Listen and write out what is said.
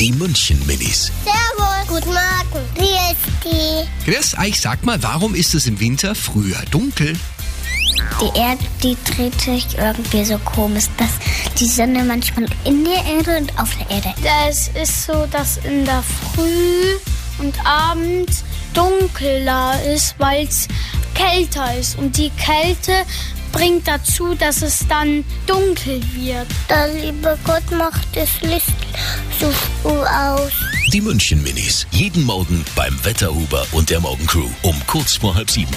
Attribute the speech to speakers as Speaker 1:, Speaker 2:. Speaker 1: Die München Minis.
Speaker 2: Servus. Guten Morgen. Wie ist die?
Speaker 1: Chris, ich sag mal, warum ist es im Winter früher dunkel?
Speaker 2: Die Erde, die dreht sich irgendwie so komisch, dass die Sonne manchmal in der Erde und auf der Erde.
Speaker 3: Es ist so, dass in der Früh und Abend dunkler ist, weil es kälter ist. Und die Kälte bringt dazu, dass es dann dunkel wird.
Speaker 2: Der liebe Gott macht das Licht so früh aus.
Speaker 1: Die München Minis. Jeden Morgen beim Wetterhuber und der Morgencrew um kurz vor halb sieben.